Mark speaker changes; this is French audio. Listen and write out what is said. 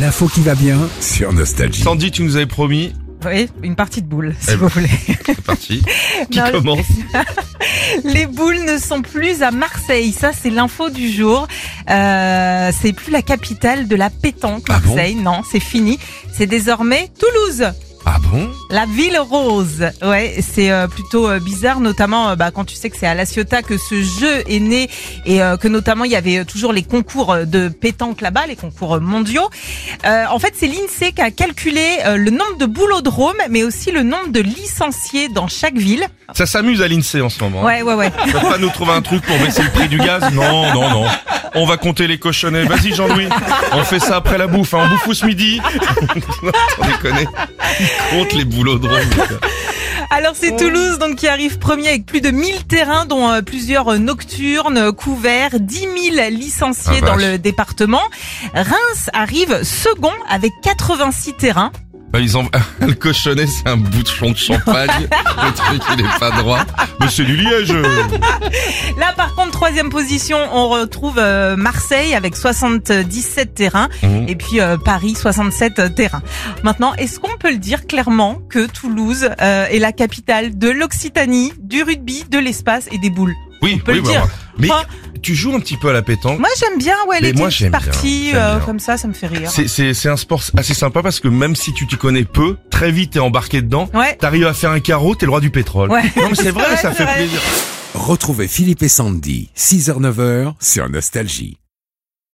Speaker 1: L'info qui va bien sur Nostalgie.
Speaker 2: Sandy, tu nous avais promis.
Speaker 3: Oui, une partie de boules, si
Speaker 2: Eh ben.
Speaker 3: vous voulez.
Speaker 2: C'est parti. Qui
Speaker 3: Non, je-
Speaker 2: commence
Speaker 3: Les boules ne sont plus à Marseille. Ça, c'est l'info du jour. Euh, c'est plus la capitale de la pétanque,
Speaker 2: Ah bon
Speaker 3: Marseille. non, c'est fini. C'est désormais Toulouse.
Speaker 2: Ah bon
Speaker 3: La ville rose, ouais, c'est euh, plutôt euh, bizarre, notamment euh, bah, quand tu sais que c'est à La Ciotat que ce jeu est né et euh, que notamment il y avait euh, toujours les concours euh, de pétanque là-bas, les concours euh, mondiaux. Euh, en fait, c'est l'INSEE qui a calculé euh, le nombre de boulodromes, mais aussi le nombre de licenciés dans chaque ville.
Speaker 2: Ça s'amuse à l'INSEE en ce moment.
Speaker 3: Ouais, ouais, ouais.
Speaker 2: Ils peuvent pas nous trouver un truc pour baisser le prix du gaz Non, non, non. On va compter les cochonnets. Vas-y Jean-Louis, on fait ça après la bouffe. hein. On bouffe où ce midi Non, sans déconner. Ils comptent les boulots de
Speaker 3: Alors c'est Toulouse donc qui arrive premier avec plus de 1000 terrains dont euh, plusieurs euh, nocturnes euh, couverts, 10 000 licenciés
Speaker 2: Ah,
Speaker 3: dans
Speaker 2: vache.
Speaker 3: le département. Reims arrive second avec 86 terrains.
Speaker 2: Bah, ils ont... Le cochonnet, c'est un bouchon de champagne. Le truc, il est pas droit. Mais c'est du liège.
Speaker 3: Là par contre troisième position on retrouve euh, Marseille avec 77 terrains
Speaker 2: Mmh.
Speaker 3: et puis euh, Paris 67 euh, terrains. Maintenant est-ce qu'on peut le dire clairement que Toulouse euh, est la capitale de l'Occitanie, du rugby, de l'espace et des boules
Speaker 2: Oui,
Speaker 3: On peut
Speaker 2: oui,
Speaker 3: le
Speaker 2: bah,
Speaker 3: dire.
Speaker 2: Mais
Speaker 3: Enfin,
Speaker 2: tu joues un petit peu à la pétanque.
Speaker 3: Moi j'aime bien ouais
Speaker 2: Mais
Speaker 3: les
Speaker 2: moi, j'aime bien,
Speaker 3: parties
Speaker 2: j'aime
Speaker 3: euh,
Speaker 2: bien.
Speaker 3: comme ça, ça me fait rire.
Speaker 2: C'est- C'est c'est un sport assez sympa parce que même si tu t'y connais peu, très vite t'es embarqué dedans.
Speaker 3: Ouais.
Speaker 2: T'arrives à faire un carreau, t'es le roi du pétrole.
Speaker 3: Ouais.
Speaker 2: Non mais c'est vrai,
Speaker 3: Ouais,
Speaker 2: ça
Speaker 3: c'est
Speaker 2: fait
Speaker 3: vrai.
Speaker 2: plaisir.
Speaker 1: Retrouvez Philippe et Sandy, 6h-9h sur Nostalgie.